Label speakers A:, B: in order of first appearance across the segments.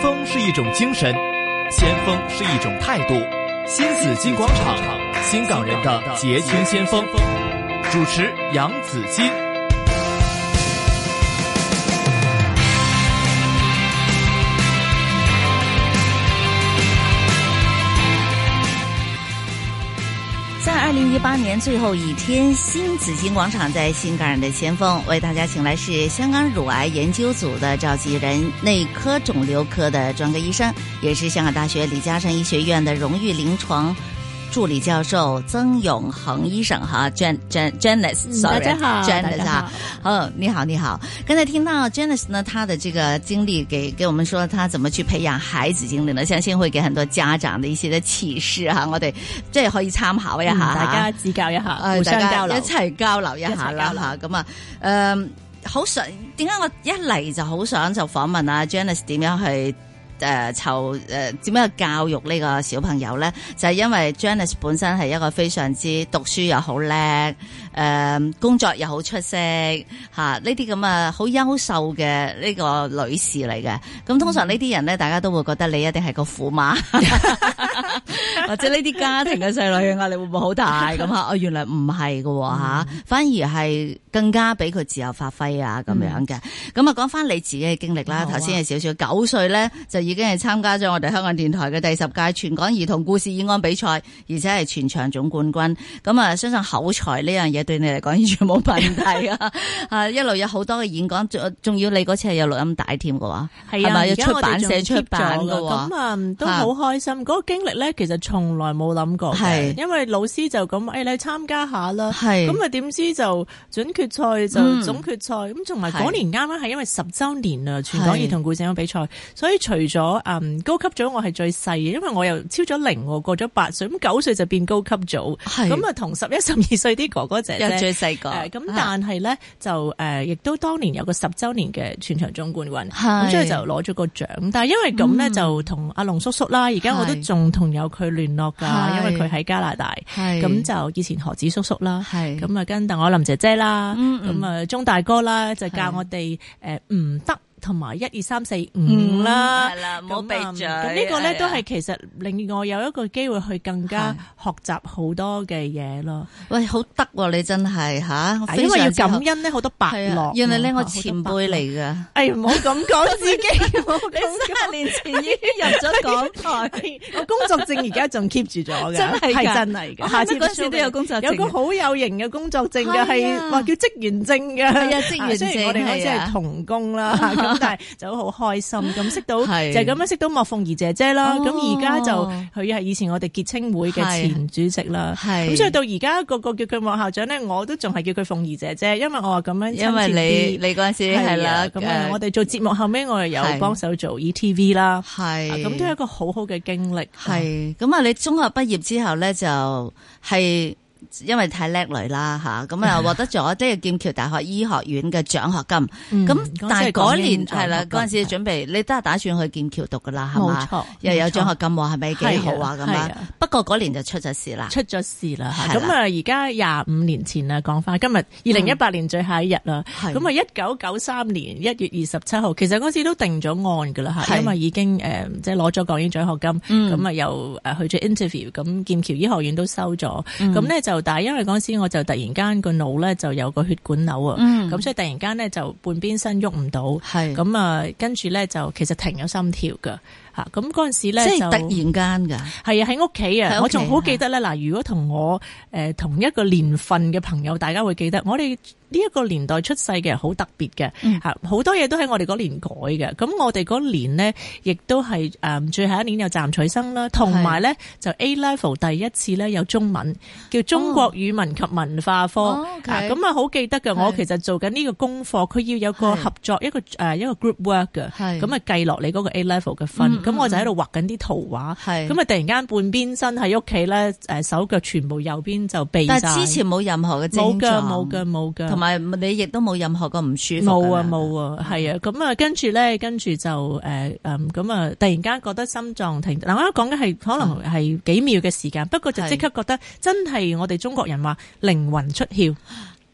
A: 风是一种精神，先锋是一种态度。新紫金广场，新港人的捷听先锋。主持杨紫金。
B: 在二零一八年最后一天，新紫金广场在新港人的先锋为大家请来是香港乳癌研究组的召集人、内科肿瘤科的专科医生，也是香港大学李嘉诚医学院的荣誉临床助理教授曾永恒医生哈，Jan Jan Janice，
C: 嗯大家好大
B: ，Janice
C: 家
B: 啊
C: 好，
B: 哦，你好，你好。刚才听到 Janice 呢，她的这个经历给给我们说，她怎么去培养孩子经历呢？相信会给很多家长的一些嘅启示啊吓，我哋即係可以參考一下
C: 嗯
B: 吓。
C: 大家指教一啊下，
B: 誒
C: 互相
B: 大家
C: 交流
B: 一。齊交流一下啦
C: 一齊
B: 吓。咁啊，诶、好想點解我一嚟就好想就訪問啊 Janice 點樣去？誒籌呃誒點樣去教育呢個小朋友咧？就係、因為 Janice 本身係一個非常之讀書又好叻，誒、工作又好出色嚇，呢啲咁啊好優秀嘅呢個女士嚟嘅。咁通
C: 嗯
B: 常呢啲人咧，大家都會覺得你一定係個虎媽， 或者呢啲家庭嘅細女壓力會唔會好大咁 啊？哦，原來唔係嘅喎嚇，
C: 嗯
B: 反而係更加俾佢自由發揮啊咁樣嘅。咁啊，講翻你自己嘅經歷啦。
C: 嗯好啊
B: 頭先係少少九歲咧，就已經係參加咗我哋香港電台嘅第十屆全港兒童故事議案比賽，而且係全場總冠軍。咁啊，相信口才呢樣嘢對你嚟講完全冇問題啊！啊，一路有好多嘅演講，仲仲要你嗰次係有錄音帶添嘅喎。
C: 係
B: 係咪
C: 啊，
B: 有
C: 而家
B: 出
C: 我哋
B: 版
C: 仲
B: 社
C: keep
B: 出版
C: 咗
B: 㗎
C: 㗎
B: 喎
C: 咁啊嗯都
B: 嚇
C: 好開心。嗰個經歷咧，其實從來冇諗過
B: 係
C: 嘅，因為老師就咁，哎誒你參加下啦。
B: 係
C: 咁啊點知就準決賽
B: 嗯
C: 就總決賽，咁同埋
B: 係
C: 嗰年啱啱係因為十週年啊，全港
B: 係
C: 兒童故事獎比賽，所以除咗嗯高級組我係最細嘅，因為我又超咗零喎，過咗八歲，咁九歲就變高級組，
B: 係
C: 咁啊同十一、十二歲啲哥哥姐
B: 因為
C: 姐。
B: 最細個
C: 誒咁、
B: 啊
C: 但係咧就誒，呃亦、都當年有個十週年嘅全場總冠軍，
B: 係嗯
C: 咁所以就攞咗個獎。但係因為咁咧，就同阿龍叔叔啦，而家我都
B: 係
C: 仲同有佢聯絡
B: 係
C: 㗎，因為佢喺加拿大。
B: 係
C: 咁就以前何子叔叔啦，
B: 係
C: 咁啊跟鄧我林姐姐啦，
B: 嗯嗯
C: 咁啊鐘大哥啦，就教
B: 係
C: 我哋誒唔得。同埋一二三四五啦，
B: 嗯係啦唔好
C: 咁
B: 避
C: 啊
B: 嘴
C: 咁呢
B: 係
C: 個
B: 啊
C: 咧都係其實另外有一個機會去更加學習好多嘅嘢咯。
B: 啊喂，好得喎！你真係吓，我
C: 啊
B: 非
C: 因為要
B: 常之
C: 感
B: 好
C: 恩咧，好多伯
B: 係啊
C: 樂。
B: 原來咧，我
C: 啊
B: 前輩。
C: 好多伯樂
B: 嚟噶。
C: 哎，唔好咁講自己，唔好咁
B: 你三年前已經入咗港台，
C: 講 我工作證而家仲 keep 住咗嘅，
B: 真係㗎
C: 係 真係
B: 我
C: 嘅。下次
B: 嗰時都有工作證啊
C: 有個好有型嘅工作證嘅，
B: 係
C: 係
B: 啊
C: 話叫職員證嘅。
B: 係啊職員證
C: 雖然我哋嗰
B: 係
C: 陣
B: 啊
C: 係童工啦， 咁但係就好開心咁識到，就
B: 係
C: 係咁樣識到莫鳳儀姐姐啦。
B: 哦
C: 咁而家就佢係以前我哋結清會嘅
B: 係
C: 前主席啦。
B: 係
C: 咁所以到而家個個叫佢莫校長咧，我都仲係叫佢鳳儀姐姐，因為我話咁樣
B: 因為
C: 親切啲
B: 你你嗰陣時係
C: 係
B: 啦，呃
C: 啊，咁啊，
B: 誒
C: 我哋做節目後尾，我哋有
B: 係
C: 幫手做 ETV 啦，啊
B: 係
C: 咁都係一個好好嘅經歷。
B: 係咁啊！你中學畢業之後咧，就係因為太叻女啦吓，咁 啊獲得咗即係劍橋大學醫學院嘅獎學金。
C: 嗯
B: 咁
C: 嗰陣時
B: 但係
C: 係港
B: 嗰
C: 英
B: 年
C: 獎學
B: 係啦，
C: 金
B: 嗰陣時準備你都係打算去劍橋讀噶啦，係
C: 冇
B: 嘛？
C: 錯，
B: 又有
C: 冇錯
B: 獎學金喎，係咪幾好啊？咁
C: 係啊係
B: 啊
C: 啊，
B: 不過嗰年就出咗事啦。
C: 出咗事啦，
B: 係啦嗯
C: 咁啊而家廿五年前啦，講翻今日二零一八年最後一日啦，
B: 係
C: 咁啊一九九三年一月二十七號，其實嗰時都定咗案噶啦嚇，
B: 係嗯
C: 因為已經誒、呃即係攞咗港英獎學金，咁啊、又誒去咗 interview，咁劍橋醫學院都收咗，
B: 嗯
C: 咁咧、就但係因為嗰時我就突然間個腦咧就有個血管瘤啊，咁、所以突然間咧就半邊身喐唔到，
B: 嗯係
C: 咁啊跟住咧就其實停咗心跳噶嚇，咁嗰陣時咧
B: 即係
C: 就
B: 突然間㗎，
C: 係啊，喺屋企
B: 喺屋
C: 啊，
B: 企
C: 我仲好記得咧。嗱，如果同我誒同一個年份嘅朋友，大家會記得我哋呢一個年代出世嘅人好特別嘅
B: 嗯
C: 嚇，好多嘢都喺我哋嗰年改嘅。咁我哋嗰年呢，亦都係誒最後一年有暫取生啦，同埋咧就 A level 第一次咧有中文，叫中國語文及文化科。
B: 哦，OK
C: 啊咁啊好記得嘅，我
B: 係
C: 其實做緊呢個功課，佢要有個
B: 係
C: 合作一個誒一個 group work 嘅，
B: 係
C: 咁啊計落你嗰個 A level 嘅
B: 嗯
C: 分，咁我就喺度畫緊啲圖畫。
B: 係
C: 咁啊！突然間半邊身喺屋企咧，誒手腳全部右邊就痹
B: 但
C: 晒
B: 係之前冇任何嘅症
C: 冇㗎
B: 狀，
C: 冇㗎冇㗎，
B: 同埋你亦都冇任何個唔舒服㗎
C: 冇啊
B: 啦
C: 冇啊，係啊！
B: 嗯
C: 咁啊，跟住咧，跟住就誒誒咁啊，突然間覺得心臟停。嗱，我啱講嘅係可能
B: 嗯
C: 係幾秒嘅時間，不過就即刻覺得真係我哋中國人話靈魂出竅。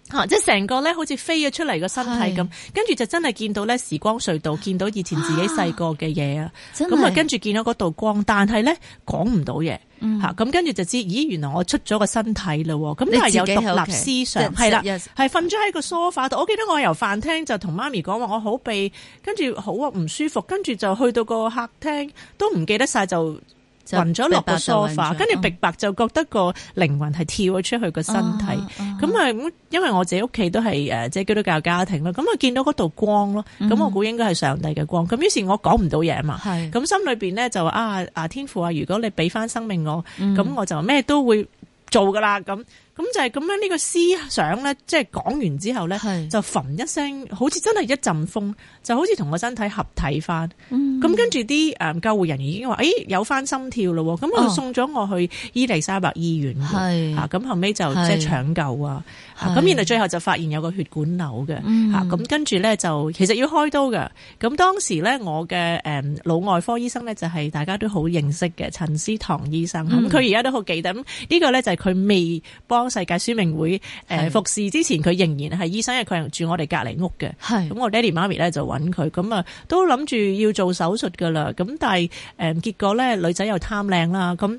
C: 嚇、
B: 啊
C: 即係成個咧好似飛咗出嚟個身體咁，跟住就真係見到咧時光隧道，見到以前自己細個嘅嘢啊，
B: 真
C: 咁啊
B: 係
C: 跟住見到嗰道光，但係咧講唔到嘢嚇，
B: 嗯
C: 咁跟住就知，咦原來我出咗個身體嘞喎，咁
B: 你
C: 但係
B: 自
C: 有
B: 己喺
C: 獨
B: 屋
C: 立
B: 企
C: 思想
B: Yes,
C: 係啦，
B: yes
C: 係瞓咗喺個 sofa 度，我記得我由飯廳就同媽咪講話我好痹，跟住好啊唔舒服，跟住就去到個客廳都唔記得晒就。
B: 就
C: 暈咗
B: 白
C: 落個
B: 白就暈
C: sofa，
B: 咗嗯
C: 跟住碧白就覺得個靈魂係跳咗出去個身體，
B: 啊啊
C: 咁啊咁，因為我自己屋企都係誒即係基督教家庭啦，咁啊見到嗰道光咯，咁
B: 嗯
C: 我估應該係上帝嘅光，咁於是我講唔到嘢嘛，
B: 係
C: 啊咁心裏邊咧就話啊啊天父啊，如果你俾翻生命我，
B: 嗯
C: 咁我就咩都會做噶啦，咁咁就係咁樣呢個思想咧，即係講完之後咧
B: 係，
C: 就揈一聲，好似真係一陣風，就好似同個身體合體翻。
B: 嗯
C: 咁跟住啲誒救護人員已經話：，誒有翻心跳咯喎，咁
B: 哦
C: 我送咗我去伊利沙伯醫院㗎，
B: 係
C: 啊咁後尾就即
B: 係
C: 係搶救啊，啊
B: 係
C: 咁然後最後就發現有個血管瘤嘅，
B: 嗯
C: 嚇啊咁跟住咧就其實要開刀嘅，咁當時咧我嘅誒腦外科醫生咧就係大家都好認識嘅陳思堂醫生，咁佢而家都好記得，咁呢個咧就係佢未幫世界宣明會
B: 係
C: 誒服侍之前，佢仍然係醫生，因為佢係住我哋隔離屋嘅。
B: 係
C: 咁我爹哋媽咪咧就揾佢，咁啊都諗住要做手術噶啦，咁但係誒、結果咧女仔又貪靚啦，咁。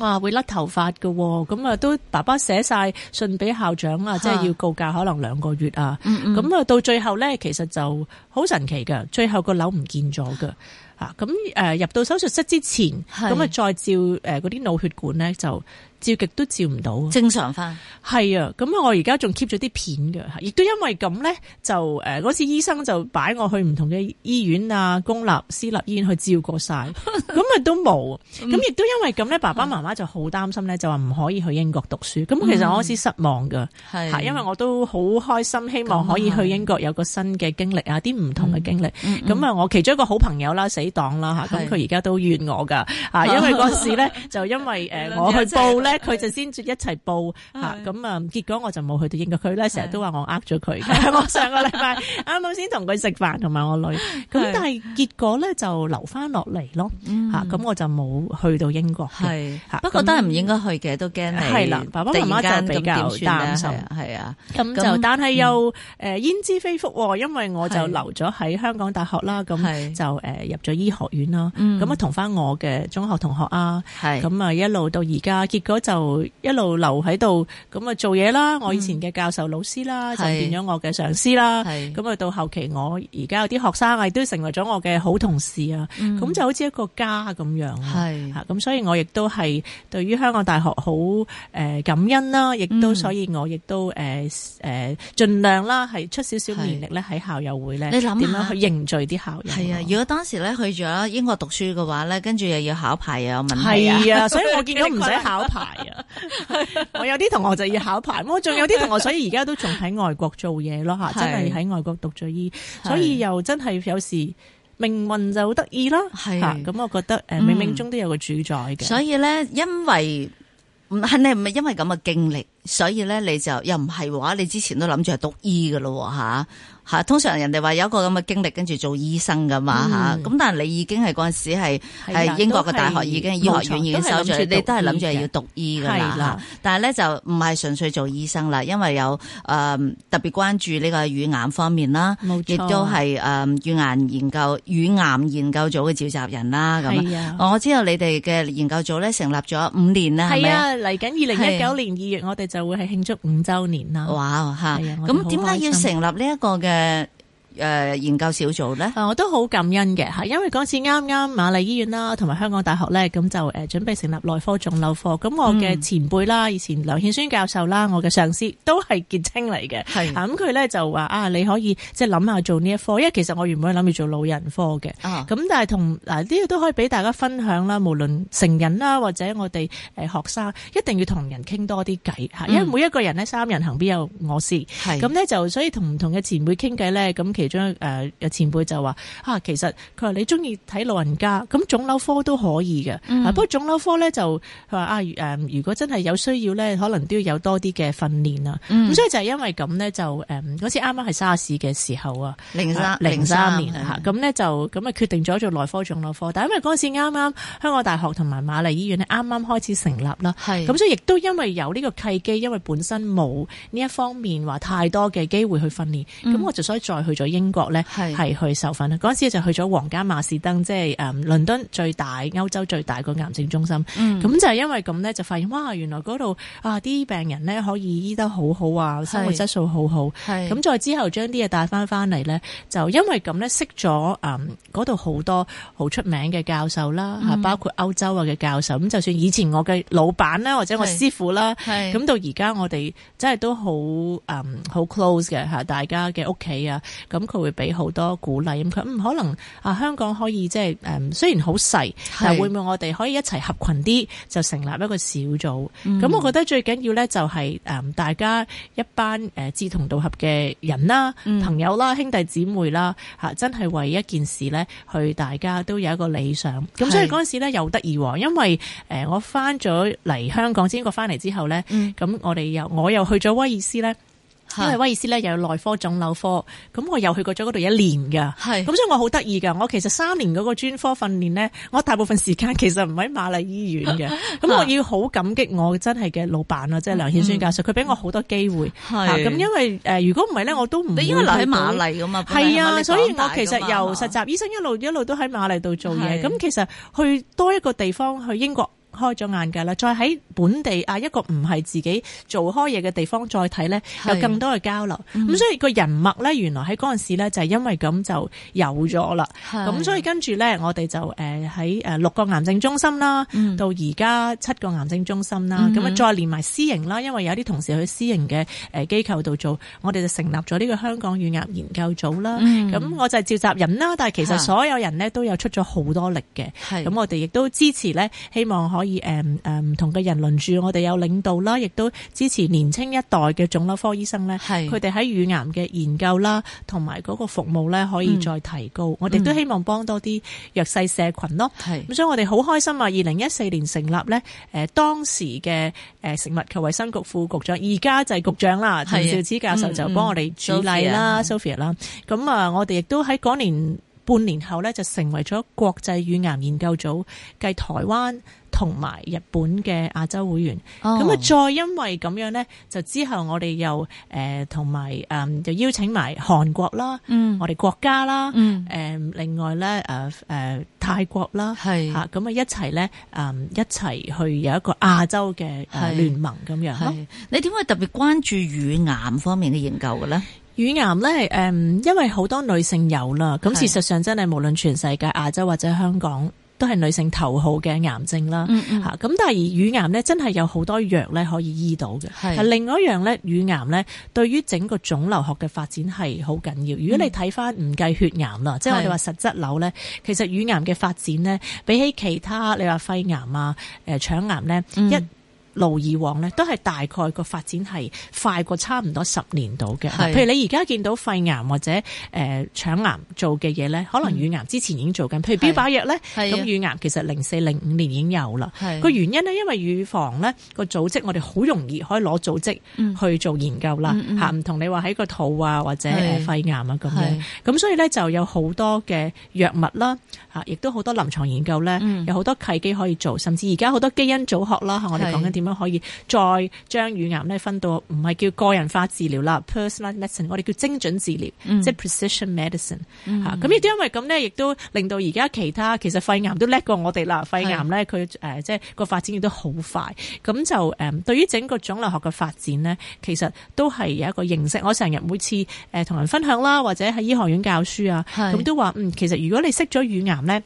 C: 哇！會甩頭髮嘅喎，咁啊都爸爸寫晒信俾校長啊，即係要告假可能兩個月啊。
B: 嗯
C: 咁啊、到最後咧，其實就好神奇嘅，最後個瘤唔見咗嘅啊！咁誒、呃入到手術室之前，
B: 係
C: 咁啊再照誒嗰啲腦血管咧，就照極都照唔到。
B: 正常翻，
C: 係啊，咁我而家仲 keep 咗啲片嘅，亦都因為咁咧，就誒嗰、次醫生就擺我去唔同嘅醫院啊、公立、私立醫院去照過晒，咁啊都冇，咁亦都因為咁咧，爸爸媽媽就好擔心咧，就話唔可以去英國讀書，咁其實我開始失望㗎，
B: 係
C: 嚇因為我都好開心，希望可以去英國有個新嘅經歷啊，啲唔同嘅經歷。咁啊，我其中一個好朋友啦，死黨啦嚇，
B: 嗯係
C: 咁佢而家都怨我㗎，啊，因為嗰時咧就因為誒我去報咧，佢就先至一齊報嚇，咁啊結果我就冇去到英國，佢咧成日都話我呃咗佢嘅， 我上個禮拜啱啱先同佢食飯同埋我女，咁但係結果咧就留翻落嚟咯
B: 嗯
C: 嚇，啊咁我就冇去到英國嘅。
B: 係
C: 嚇，
B: 不過
C: 咁
B: 都係唔應該去嘅，都驚你
C: 係啦爸爸媽
B: 突然
C: 媽
B: 間
C: 就比較
B: 咁點算呢
C: 擔心
B: 係啊係啊，
C: 咁
B: 咁嗯
C: 就但係又誒焉知非福喎，因為我就
B: 係
C: 留咗喺香港大學啦，咁
B: 係嗯
C: 就誒呃入咗醫學院啦，咁啊同翻我嘅中學同學啊，
B: 係
C: 咁啊一路到而家，結果就一路留喺度，咁啊做嘢啦，我以前嘅教授老師啦，
B: 嗯
C: 就
B: 係
C: 變咗我嘅上司啦，
B: 係
C: 咁啊到後期我而家有啲學生啊，亦都成為咗我嘅好同事啊，
B: 嗯
C: 咁就好似一個家咁樣啊。
B: 係
C: 嚇咁所以我亦都係對於香港大學好誒、呃感恩啦，亦都、
B: 嗯
C: 所以我亦都誒誒盡量啦，係出少少綿力咧喺校友會咧，
B: 你諗下
C: 點樣去凝聚啲校友？
B: 係啊，如果當時咧去咗英國讀書嘅話咧，跟住又要考牌又有問題啊，
C: 係啊，所以我見到唔使考牌 啊！我有啲同學就要考牌，我仲有啲同學，所以而家都仲喺外國做嘢咯嚇，
B: 係
C: 真係喺外國讀咗醫，
B: 係
C: 所以又真係有時命運就好得意啦
B: 係
C: 嚇咁我覺得誒冥冥中都有個主宰嘅。
B: 所以咧，因為唔係你唔係因為咁嘅經歷，所以咧你就又唔係話你之前都諗住係讀醫嘅咯喎吓吓。通常人哋話有一個咁嘅經歷，跟住做醫生噶嘛吓。咁、但係你已經係嗰陣時係係
C: 係嗯啦
B: 英國嘅
C: 都係
B: 大學已經醫學院已經收
C: 冇錯都係諗
B: 咗你，你
C: 住
B: 都係諗住係
C: 讀醫嘅
B: 要讀醫噶啦
C: 係
B: 吓
C: 啦。
B: 但係咧就唔係純粹做醫生啦，因為有誒、嗯特別關注呢個乳癌方面啦，
C: 冇錯
B: 亦都係誒乳癌研究乳癌研究組嘅召集人啦咁。
C: 係啊
B: 哦我知道你哋嘅研究組咧成立咗五年啦，係
C: 係
B: 咪啊？
C: 啊，嚟緊二零一九年二月，我哋就會係慶祝五週年啦。
B: 哇吓！
C: 係啊我哋
B: 咁
C: 好
B: 點解要
C: 開心
B: 成立呢一個嘅诶研究小組咧？
C: 啊！我都好感恩嘅嚇，因為嗰次啱啱瑪麗醫院啦，同埋香港大學咧，咁就誒準備成立內科腫瘤科。咁我
B: 嗯
C: 嘅前輩啦，以前梁顯宣教授啦，我嘅上司都係傑青嚟嘅。
B: 係
C: 啊咁佢咧就話啊，你可以即係諗下做呢一科，因為其實我原本諗住做老人科嘅。
B: 啊，
C: 咁但係同嗱呢個都可以俾大家分享啦，無論成人啦或者我哋誒學生，一定要同人傾多啲偈嚇，因為每一個人咧三人行必有我師。
B: 係
C: 咁咧就所以同唔同嘅前輩傾偈咧，咁其其中誒、呃有前輩就話啊，其實佢話你中意睇老人家，咁腫瘤科都可以嘅。啊，不過腫瘤科咧就佢話啊誒、呃如果真係有需要咧，可能都要有多啲嘅訓練啊。咁、所以就係因為咁咧，就誒嗰次啱啱係沙士嘅時候啊。
B: 零
C: 啊
B: 三嗯
C: 零三年
B: 係
C: 嚇，咁咧就咁啊決定咗做內科腫瘤科，但係因為嗰陣時啱啱香港大學同埋瑪麗醫院咧啱啱開始成立啦，
B: 係
C: 咁所以亦都因為有呢個契機，因為本身冇呢一方面話太多嘅機會去訓練，咁、我就所以再去咗英國咧，
B: 嗯係
C: 係去受訓啦。嗰陣時就去咗皇家馬士登，即係誒倫敦最大、歐洲最大個癌症中嗯心。咁、
B: 嗯
C: 就係因為咁咧，就發現哇，原來嗰度啊啲病人咧可以醫得好好啊，生活質素好好。
B: 係
C: 咁再之後將啲嘢帶翻翻嚟咧，就因為咁咧識咗嗯嗰度好多好出名嘅教授啦，嚇、包括歐洲啊嘅教授。咁就算以前我嘅老闆啦，或者我
B: 係嗯
C: 師傅啦，
B: 係
C: 咁到而家我哋真係都好嗯好 close 嘅嚇，大家嘅屋企啊，咁佢會俾好多鼓勵。咁佢嗯可能啊香港可以即係誒雖然好細，但會唔會我哋可以一齊合群啲，就成立一個小組？咁、
B: 嗯
C: 我覺得最緊要咧就係、嗯大家一班誒、呃志同道合嘅人啦、
B: 嗯
C: 朋友啦、兄弟姊妹啦嚇、真係為一件事咧去大家都有一個理想。咁所以
B: 係
C: 嗰陣時咧又得意喎，因為誒、呃我翻咗嚟香港，英國翻嚟之後咧，
B: 嗯
C: 咁、我哋又我又去咗威爾斯咧。因為威爾斯咧又有內科腫瘤科，咁我又去過咗嗰度一年㗎，
B: 係
C: 咁所以我好得意㗎。我其實三年嗰個專科訓練咧，我大部分時間其實唔喺瑪麗醫院 嘅，咁我要好感激我真係嘅老闆啊，即係梁顯宣教授，佢俾我好多機會，
B: 係
C: 啊咁因為誒如果唔係咧，我都唔
B: 你應該留喺馬
C: 馬
B: 麗噶嘛？
C: 係啊，所以我其實
B: 實
C: 由實習醫生一路一路都喺馬麗度做
B: 係
C: 嘢，咁其實去多一個地方去英國。開咗眼界啦，再喺本地啊一個唔係自己做開嘢嘅地方再睇呢，有
B: 係
C: 更多嘅交流。咁、所以個人脈呢，原來喺嗰陣時呢，就係因為咁就有咗啦。
B: 係
C: 咁所以跟住咧，我哋就誒喺誒六個癌症中心啦，
B: 嗯
C: 到而家七個癌症中心啦，咁啊、再連埋私營啦，因為有啲同事去私營嘅誒機構度做，我哋就成立咗呢個香港乳癌研究組啦。
B: 嗯
C: 咁、我就係召集人啦，但係其實
B: 嚇
C: 所有人咧都有出咗好多力嘅。
B: 嗯係
C: 咁我哋亦都支持咧，希望可以誒誒唔同嘅人輪住我哋有領導啦，亦都支持年青一代嘅腫瘤科醫生咧，
B: 係
C: 佢哋喺乳癌嘅研究啦，同埋嗰個服務咧可
B: 嗯
C: 以再提高。我哋都希望幫多啲弱勢社群咯。
B: 係
C: 咁所以我哋好開心啊！二零一四年成立咧，誒、當時嘅誒食物及衛生局副局長，而家就係局長啦，陳
B: 係啊
C: 肇始教授就
B: 嗯嗯
C: 幫我哋主禮啦，Sophia 啦。咁啊，我哋亦都喺嗰年半年後咧，就成為咗國際乳癌研究組繼台灣同埋日本嘅亞洲會員。
B: 哦
C: 咁啊、再因為咁樣咧，就之後我哋又誒同埋誒就邀請埋韓國啦，
B: 嗯
C: 我哋國家啦，誒、
B: 嗯
C: 另外咧誒誒泰國啦，
B: 係
C: 嚇咁啊一齊咧誒一齊去有一個亞洲嘅誒
B: 係
C: 聯盟咁樣咯。
B: 係你點解特別關注乳癌方面嘅研究嘅咧？
C: 乳癌咧，誒、因為好多女性有啦，咁
B: 係
C: 事實上真係無論全世界、亞洲或者香港，都係女性頭號嘅癌症啦。
B: 嗯
C: 吓咁、但係乳癌咧，真係有好多藥咧可以醫到嘅。
B: 係
C: 但另外一樣咧，乳癌咧對於整個腫瘤學嘅發展係好緊要。
B: 嗯
C: 如果你睇翻唔計血癌啦，即係我哋話實質瘤咧，其實乳癌嘅發展咧，比起其他你話肺癌啊、誒、腸癌咧，
B: 嗯
C: 一路以往咧，都係大概個發展係快過差唔多十年到嘅。
B: 係
C: 譬如你而家見到肺癌或者誒、呃、腸癌做嘅嘢咧，可能乳癌之前已經做緊，譬如標靶藥咧，
B: 嗯係啊
C: 咁乳癌其實零四零五年已經有啦。
B: 係
C: 個原因呢，因為乳房咧個組織，我哋好容易可以攞組織去做研究啦
B: 嗯嗯嗯
C: 嚇，唔同你話喺個肚啊或者
B: 係
C: 誒肺癌啊咁
B: 係
C: 樣。咁所以咧就有好多嘅藥物啦嚇，亦都好多臨床研究咧，有好多契機可以做，甚至而家好多基因組學啦嚇，我哋
B: 係
C: 講緊點樣可以再將乳癌咧分到唔係叫個人化治療啦 p e r s o n a l i z e medicine，我哋叫精準治療，即係 precision medicine 嚇。咁亦都因為咁咧，亦都令到而家其他其實肺癌都叻過我哋啦，肺癌咧佢誒即係個發展亦都好快，咁就誒、嗯、對於整個腫瘤學嘅發展咧，其實都係有一個認識。我成日每次誒同人分享啦，或者喺醫學院教書啊，
B: 係
C: 咁都話嗯，其實如果你識咗乳癌咧，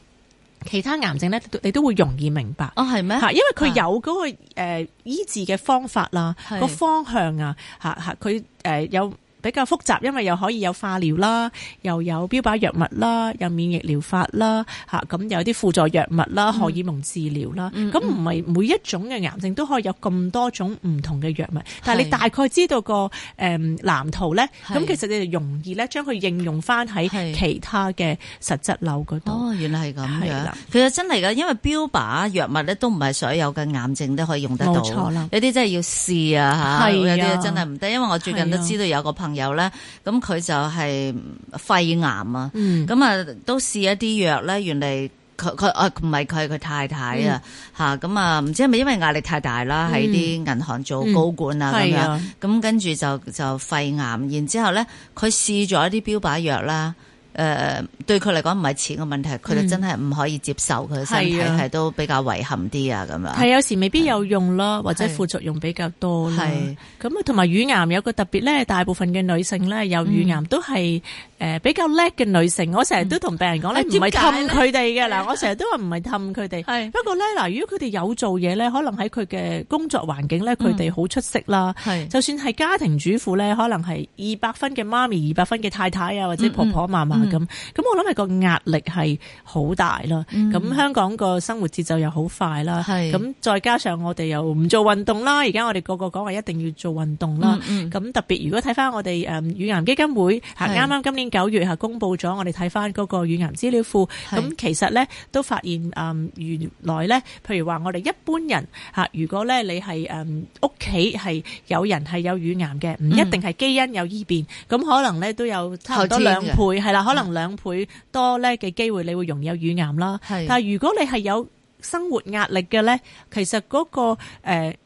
C: 其他癌症咧你都你都會容易明白。
B: 哦，係咩？
C: 嚇，因為佢有嗰個呃誒醫治嘅方法啦，
B: 係
C: 個方向啊，嚇嚇佢誒有。比較複雜，因為又可以有化療啦，又有標靶藥物啦，有免疫療法啦，嚇咁有啲輔助藥物
B: 嗯
C: 啦，荷爾蒙治療啦，咁唔係每一種嘅癌症都可以有咁多種唔同嘅藥物，但係你大概知道個誒、嗯藍圖咧，
B: 係
C: 咁其實你就容易咧將佢應用翻喺
B: 係
C: 其他嘅實質瘤嗰度。
B: 哦，原來係咁
C: 係
B: 樣
C: 啦。
B: 其實真係噶，因為標靶藥物咧都唔係所有嘅癌症都可以用得到。
C: 冇錯啦
B: 有啲真係要試啊嚇，
C: 係啊
B: 有啲真係啊唔得。因為我最近都知道有個朋友咧，咁佢就係肺癌啊，
C: 嗯，
B: 咁啊都試一啲藥咧，原嚟。佢佢啊唔係佢係佢太太啊
C: 嗯
B: 嚇咁啊唔知係咪因為壓力太大啦喺啲銀行做高管啊咁
C: 嗯係
B: 樣
C: 啊，
B: 咁跟住就就肺癌，然之後咧，佢試咗一啲標靶藥啦。誒、對佢嚟講唔係錢嘅問題，佢哋真係唔可以接受佢嘅身體
C: 嗯係啊
B: 係都比較遺憾啲啊咁樣。
C: 係有時未必有用啦，或者
B: 係
C: 副作用比較多啦
B: 係。
C: 咁啊，同埋乳癌有個特別咧，大部分嘅女性咧有乳癌都係誒比較叻嘅女性。我成日都同病人講咧，
B: 嗯
C: 唔係
B: 點解
C: 氹
B: 呢
C: 佢哋嘅嗱，我 成日都話唔係氹佢哋。
B: 係
C: 不過咧嗱，如果佢哋有做嘢咧，可能喺佢嘅工作環境咧，佢
B: 嗯
C: 哋好出色啦。
B: 係
C: 就算係家庭主婦咧，可能係二百分嘅媽咪、二百分嘅太太啊，或
B: 嗯
C: 者婆婆嫲嫲咁。咁、我諗係個壓力係好大啦。咁、香港個生活節奏又好快啦。
B: 嗯係
C: 咁再加上我哋又唔做運動啦，而家我哋個個講話一定要做運動啦。
B: 嗯
C: 咁特別如果睇翻我哋誒乳癌基金會嚇，
B: 係
C: 啱啱今年九月嚇公布咗，我哋睇翻嗰個乳癌資料庫，
B: 係
C: 咁其實咧都發現誒原來咧，譬如話我哋一般人嚇，如果咧你係誒屋企係有人係有乳癌嘅，唔一定係基因有異變，咁可能咧都有差唔
B: 嗯後
C: 多
B: 天嘅嗯
C: 兩倍係啦，可能兩倍多咧嘅機會，你會容易有乳癌啦。
B: 係
C: 但係如果你係有生活壓力嘅咧，其實嗰、個誒、呃、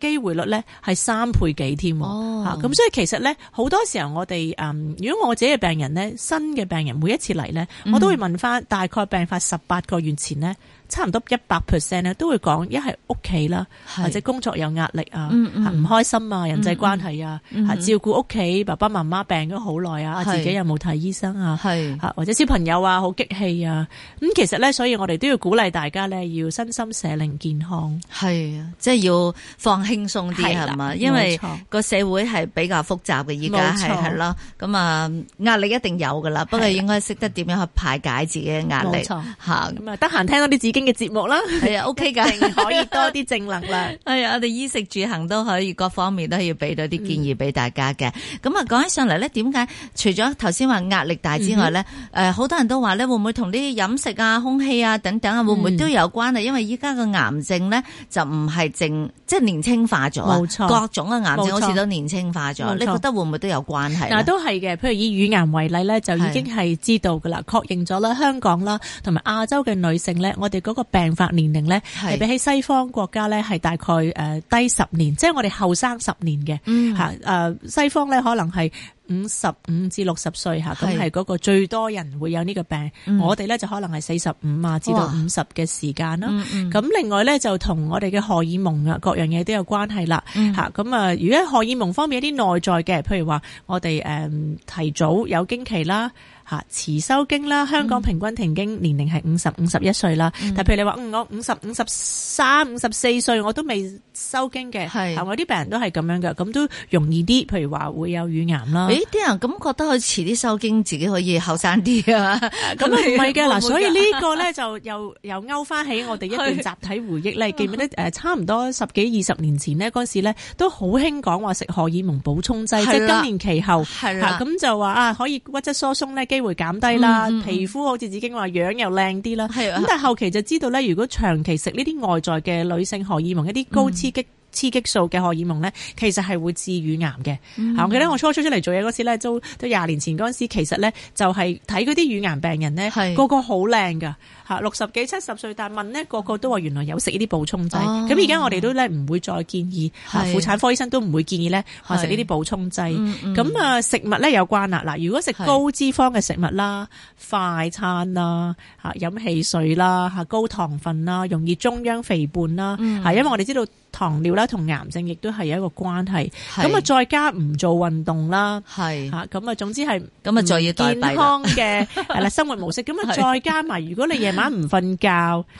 C: 機會率咧係三倍幾添喎，
B: 哦
C: 嚇咁、所以其實咧好多時候我哋誒、嗯如果我自己嘅病人咧，新嘅病人每一次嚟咧，我
B: 嗯
C: 都會問翻大概病發十八個月前咧，差唔多一百 percent 咧都會講一係屋企啦，
B: 係
C: 或者工作有壓力啊，嚇唔、
B: 嗯嗯嗯
C: 開心啊，人際關係啊，嚇照顧屋企爸爸媽媽病咗好耐啊，
B: 係
C: 自己有冇睇醫生啊？
B: 係
C: 啊，或者小朋友啊，好激氣啊，咁其實咧，所以我哋都要鼓勵大家咧，要身心社靈健康。
B: 係啊，即係要放輕鬆啲
C: 係啦
B: 係嘛？
C: 冇錯
B: 因為個社會係比較複雜嘅，依家係
C: 冇錯
B: 係啦。咁啊，壓力一定有噶啦，不過
C: 係啦
B: 應該識得點樣去排解自己嘅壓力
C: 冇錯
B: 嚇。
C: 咁啊，得閒聽多啲紫荊嘅節目啦，
B: 係啊，OK 㗎。
C: 定可以多啲正能量。
B: 係啊，我哋衣食住行都可以，各方面都可以俾到啲建議俾大家嘅。
C: 嗯
B: 咁啊、講起上嚟咧，點解除咗頭先話壓力大之外咧，誒、
C: 嗯
B: 好多人都話咧，會唔會同啲飲食啊、空氣啊等等啊，會唔
C: 嗯
B: 會都有關啊？因為依家個癌症咧就唔係淨即係年輕化咗啊，
C: 冇錯
B: 各種嘅癌症
C: 冇
B: 好
C: 錯
B: 似都年輕化咗，啊
C: 冇錯
B: 你覺得會唔會都有關係
C: 嗱，
B: 咧？
C: 都係嘅。譬如以乳癌為例咧，就已經係知道噶啦，確認咗啦，香港啦，同埋亞洲嘅女性咧，我哋嗰個病發年齡咧，
B: 係
C: 係比起西方國家咧，係大概誒、呃低十年，即係我哋後生十年嘅
B: 嗯
C: 嚇。誒呃西方咧可能係。五十五至六十歲嚇，
B: 係
C: 咁係嗰個最多人會有呢個病。我哋咧就可能係四十五啊至
B: 嗯
C: 到
B: 哇
C: 五十嘅時間
B: 嗯
C: 啦。咁另外咧就同我哋嘅荷爾蒙啊，各樣嘢都有關係啦。
B: 嗯
C: 吓咁啊，如果荷爾蒙方面有啲內在嘅，譬如話我哋誒、嗯提早有經期啦。嚇遲收經啦，香港平均停經年齡係五十五十一歲啦。但譬如你話，嗯，我五十五十三五十四歲我都未收經嘅，
B: 係
C: 嚇我啲病人都係咁樣嘅，咁都容易啲。譬如話會有乳癌啦。
B: 誒啲人咁覺得佢遲啲收經，自己可以後生啲啊？
C: 咁啊唔係
B: 會
C: 嘅
B: 唔會
C: 嗱，所以
B: 㗎
C: 呢個咧就又又勾翻起 我哋一段
B: 係
C: 集體回憶咧，記唔記得 誒差唔多十幾二十年前呢，嗰時咧都好興講話食荷爾蒙補充劑，即
B: 係啦
C: 係更年期後
B: 係啦
C: 嚇咁就話啊可以骨質疏鬆咧機會減低啦
B: 嗯嗯嗯，
C: 皮膚好似已經話樣又靚啲啦。
B: 係啊
C: 咁但係後期就知道咧，如果長期食呢啲外在嘅女性荷爾蒙一啲高刺
B: 嗯
C: 激。刺激素嘅荷爾蒙咧，其實係會致乳癌嘅。
B: 嗯
C: 嚇我記得我初初出嚟做嘢嗰時咧，都都廿年前嗰陣時，其實咧就係睇嗰啲乳癌病人咧
B: 係，
C: 個個好靚㗎嚇，六十幾七十歲，但係問呢個個都話原來有食呢啲補充劑。
B: 哦
C: 咁而家我哋都咧唔會再建議嚇，
B: 係
C: 婦產科醫生都唔會建議咧話食呢啲補充劑。
B: 嗯
C: 咁啊食物咧有關啦，嗱如果食
B: 係
C: 高脂肪嘅食物啦、快餐啦、嚇飲汽水啦、嚇高糖分啦、容易中央肥胖啦，嚇因為我哋知道糖尿啦同癌症亦都係有一個關係。
B: 係
C: 咁啊，再加唔做運動啦。
B: 係
C: 吓咁啊，總之係
B: 咁啊再要代
C: 健
B: 幣啦
C: 康嘅係啦生活模式，咁啊
B: 係
C: 再加埋，如果你夜晚唔瞓覺。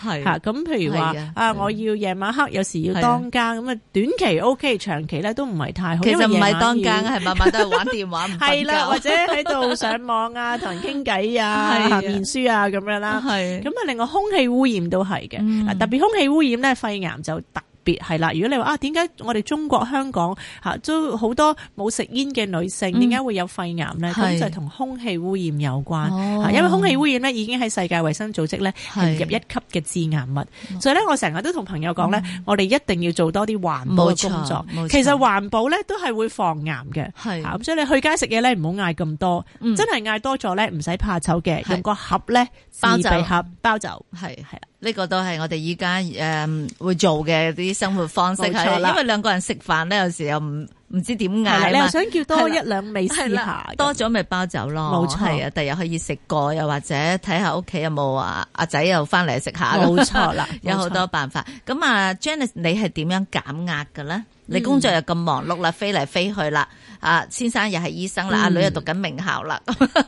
B: 係
C: 吓咁，譬如話
B: 係啊
C: 啊，我要夜晚黑，有時要
B: 係啊
C: 當更咁啊，短期 O K，長期咧都唔係太好。
B: 其
C: 因為
B: 實唔
C: 夜晚
B: 係當
C: 要
B: 間，係慢慢都係玩電話唔瞓
C: 係啦，或
B: 覺，
C: 者喺度上網啊，同人傾 偈
B: 係啊
C: 啊，面書啊咁樣啦。
B: 係
C: 咁啊，另外空氣污染都係嘅，啊
B: 嗯
C: 嗱、特別空氣污染咧，肺癌就特別係啦。如果你話啊，點解我哋中國香港嚇、都好多冇食煙嘅女性，
B: 嗯
C: 點解會有肺癌咧？咁、
B: 係
C: 就係同空氣污染有關。
B: 哦
C: 嚇因為空氣污染咧已經喺世界衛生組織咧
B: 係
C: 係入一級嘅致癌
B: 哦
C: 物，所以咧我成日都同朋友講咧，我哋一定要做多啲環保嘅工作
B: 嗯冇錯冇錯。
C: 其實環保咧都係會防癌嘅。
B: 係
C: 啊嚇咁所以你去街食嘢咧，唔好嗌咁多，
B: 嗯
C: 真係嗌多咗咧，唔使怕醜嘅，
B: 係
C: 用個盒咧，自
B: 包走
C: 備盒包走。
B: 係
C: 係啦
B: 呢個都係我哋依家诶會做嘅啲生活方式，
C: 冇錯
B: 係
C: 啦
B: 因為兩個人食飯咧，有時又唔唔知點
C: 係啦，
B: 嗌啊
C: 你
B: 嘛
C: 又。想叫多
B: 係啦
C: 一兩味
B: 係
C: 試
B: 啦
C: 下，，
B: 多咗咪包走咯，
C: 冇錯
B: 係啊，第日可以食過，又或者睇下屋企有冇啊阿仔又翻嚟食下，
C: 冇錯啦
B: 啊 有好多辦法。咁啊，Janice，你係點樣減壓嘅
C: 嗯
B: 咧？你工作又咁忙碌啦，飛嚟飛去啦，啊，先生又係醫生啦，阿
C: 嗯
B: 女又讀緊名校 啦，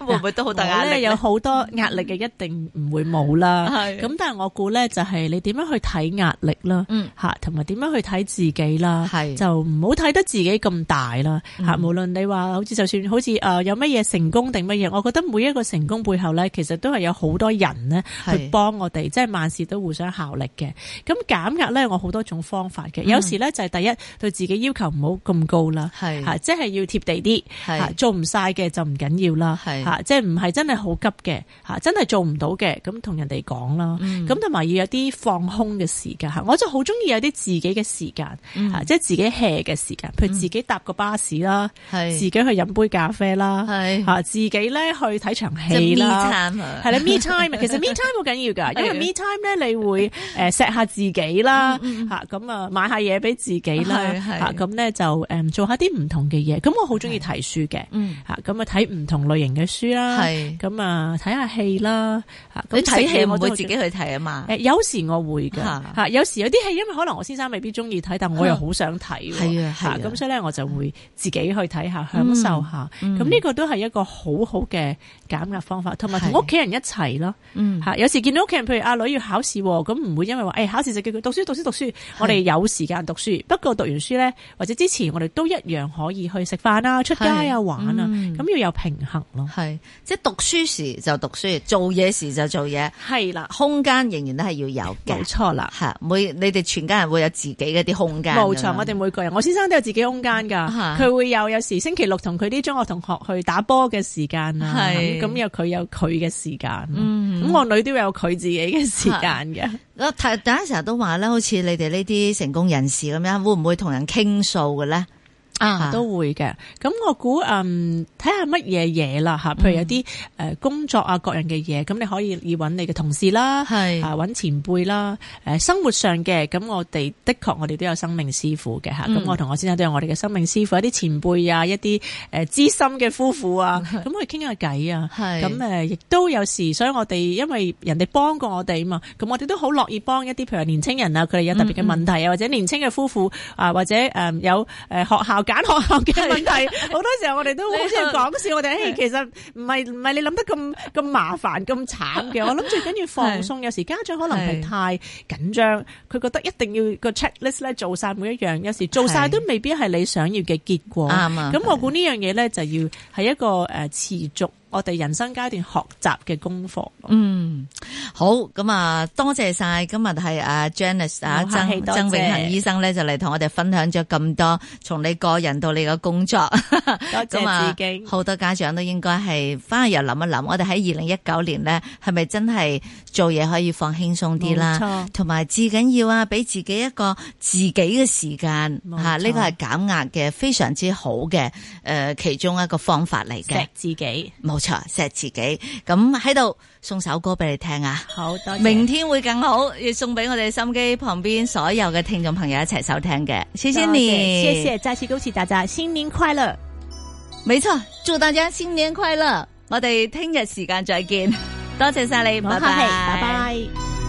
B: 會唔會都好
C: 我
B: 大壓
C: 咧
B: 力
C: 有
B: 呢？
C: 好多壓力嘅，一定唔會冇啦。
B: 嗯係
C: 咁，但係我估咧就係你點樣去睇壓力啦，
B: 嗯
C: 吓同埋點樣去睇自己啦，
B: 係嗯
C: 就唔好睇得自己咁大啦，吓無論你話好似就算好似诶有乜嘢成功定乜嘢，我覺得每一個成功背後咧，其實都係有好多人咧
B: 係
C: 去幫我哋，即係萬事都互相效力嘅。咁減壓咧，我好多種方法
B: 嗯
C: 嘅，有時咧就係第一對自己要求唔好咁高啦，
B: 係
C: 吓即係要貼地啲，
B: 係
C: 吓做唔晒嘅就唔緊要啦，
B: 係
C: 吓即係唔係真係好急嘅吓，真係做唔到嘅，咁同人哋講啦。
B: 嗯
C: 嗯咁同埋要有啲放空嘅時間吓，我就好中意有啲自己嘅時間
B: 嗯
C: 吓，即係自己 hea 嘅時間，譬如自己搭個巴士啦，
B: 係
C: 自己去飲杯咖啡啦，
B: 係
C: 吓自己咧去睇場
B: 即係
C: 戲
B: me
C: 啦。
B: time 啊
C: 係啦，me time 其實 me time 好緊要 㗎，因為
B: 係啊嗯
C: me time 咧，你會誒錫下自己啦，嚇咁啊買下嘢俾自己啦，
B: 係係
C: 嚇咁咧就誒做下啲唔同嘅嘢。咁我好中意睇書嘅，
B: 嗯
C: 嚇咁啊睇唔同類型嘅書啦，
B: 係
C: 咁啊睇下戲啦，嚇
B: 你
C: 咁食
B: 睇戲
C: 嘢
B: 唔
C: 我都
B: 會
C: 好
B: 自己去睇啊嘛
C: 誒、？有時我會㗎
B: 嚇
C: 嚇、有時有啲戲因為可能我先生未必中意睇，但我又好想睇喎，
B: 係啊係啊
C: 嚇咁所以咧我就會自己去睇下，享受下，
B: 嗯
C: 咁呢、個都係一個好好嘅減壓方法，同埋同
B: 係
C: 屋企人一齊咯
B: 嗯
C: 嚇。有時見到屋企人，譬如阿女要考試喎，咁唔會因為話誒、考試就叫佢讀書讀書讀書，我哋有時間讀書，不過讀完書咧或者之前我哋都一樣可以去食飯啊、出街
B: 係
C: 啊、玩啊，
B: 嗯
C: 咁、要有平衡咯。
B: 係即係讀書時就讀書，做嘢時就做嘢，
C: 係啦，
B: 空間仍然都係要有嘅
C: 冇。錯啦。
B: 吓，每你哋全家人會有自己嘅啲空間㗎嘛。
C: 冇錯，我哋每個人，我先生都有自己空間㗎，
B: 啊
C: 佢會有有時星期六同佢啲中學同學去打波嘅時間啦，
B: 係
C: 咁咁有佢有佢嘅時間，
B: 嗯
C: 咁我女都有佢自己嘅時間嘅，
B: 我睇啊大家成日都話咧，好似你哋呢啲成功人士咁樣，會唔會同人傾訴嘅咧？啊
C: 都會嘅。咁我估嗯睇下乜嘢嘢啦嚇，譬如有啲
B: 嗯
C: 誒工作啊各樣嘅嘢，咁你可以要揾你嘅同事啦，
B: 係
C: 啊揾前輩啦，誒生活上嘅，咁我哋的確我哋都有生命師傅嘅嚇，咁、
B: 嗯
C: 我同我先生都有我哋嘅生命師傅，一啲前輩啊，一啲誒資深嘅夫婦啊，咁去傾下偈啊，
B: 係
C: 咁誒亦都有時，所以我哋因為人哋幫過我哋嘛，咁我哋都好樂意幫一啲譬如年青人啊，佢哋有特別嘅問題啊，或者年青嘅夫婦啊，或者誒、有誒、呃學校揀學校嘅問題，好多時候我哋都好似
B: 你
C: 講笑，我哋誒其實唔係唔係你諗得咁咁麻煩咁慘 嘅，我諗最緊要放鬆。有時家長可能係
B: 係
C: 太緊張，佢覺得一定要個 checklist 咧做晒每一樣，有時做晒
B: 係
C: 都未必係你想要嘅結果。
B: 啱啊
C: 咁我估呢樣嘢咧就要係一個誒持續我哋人生階段學習嘅功課。
B: 嗯，好，咁啊，多謝晒今日係啊 Janice 啊
C: 冇客氣
B: 曾
C: 多謝
B: 曾永恒醫生咧，就嚟同我哋分享咗咁多，從你個人到你嘅工作， 咁
C: 多謝
B: 啊
C: 自己，。
B: 好多家長都應該係翻去又諗一諗，我哋喺二零一九年咧，係咪真係做嘢可以放輕鬆啲啦？
C: 冇錯
B: 同埋至緊要啊，俾自己一個自己嘅時間
C: 冇錯
B: 吓，呢個係減壓嘅非常之好嘅誒、呃其中一個方法嚟嘅
C: 錫，自己，
B: 冇錯，錫自己。咁喺度送首歌俾你聽啊！
C: 好多謝
B: 明天會更好，要送俾我哋心機旁邊所有嘅聽眾朋友一齊收聽嘅，謝謝你，
C: 謝謝，再次恭喜大家新年快樂。
B: 没错，祝大家新年快樂！我哋聽日時間再見，多謝晒你，
C: 冇
B: 拜
C: 客氣，拜拜。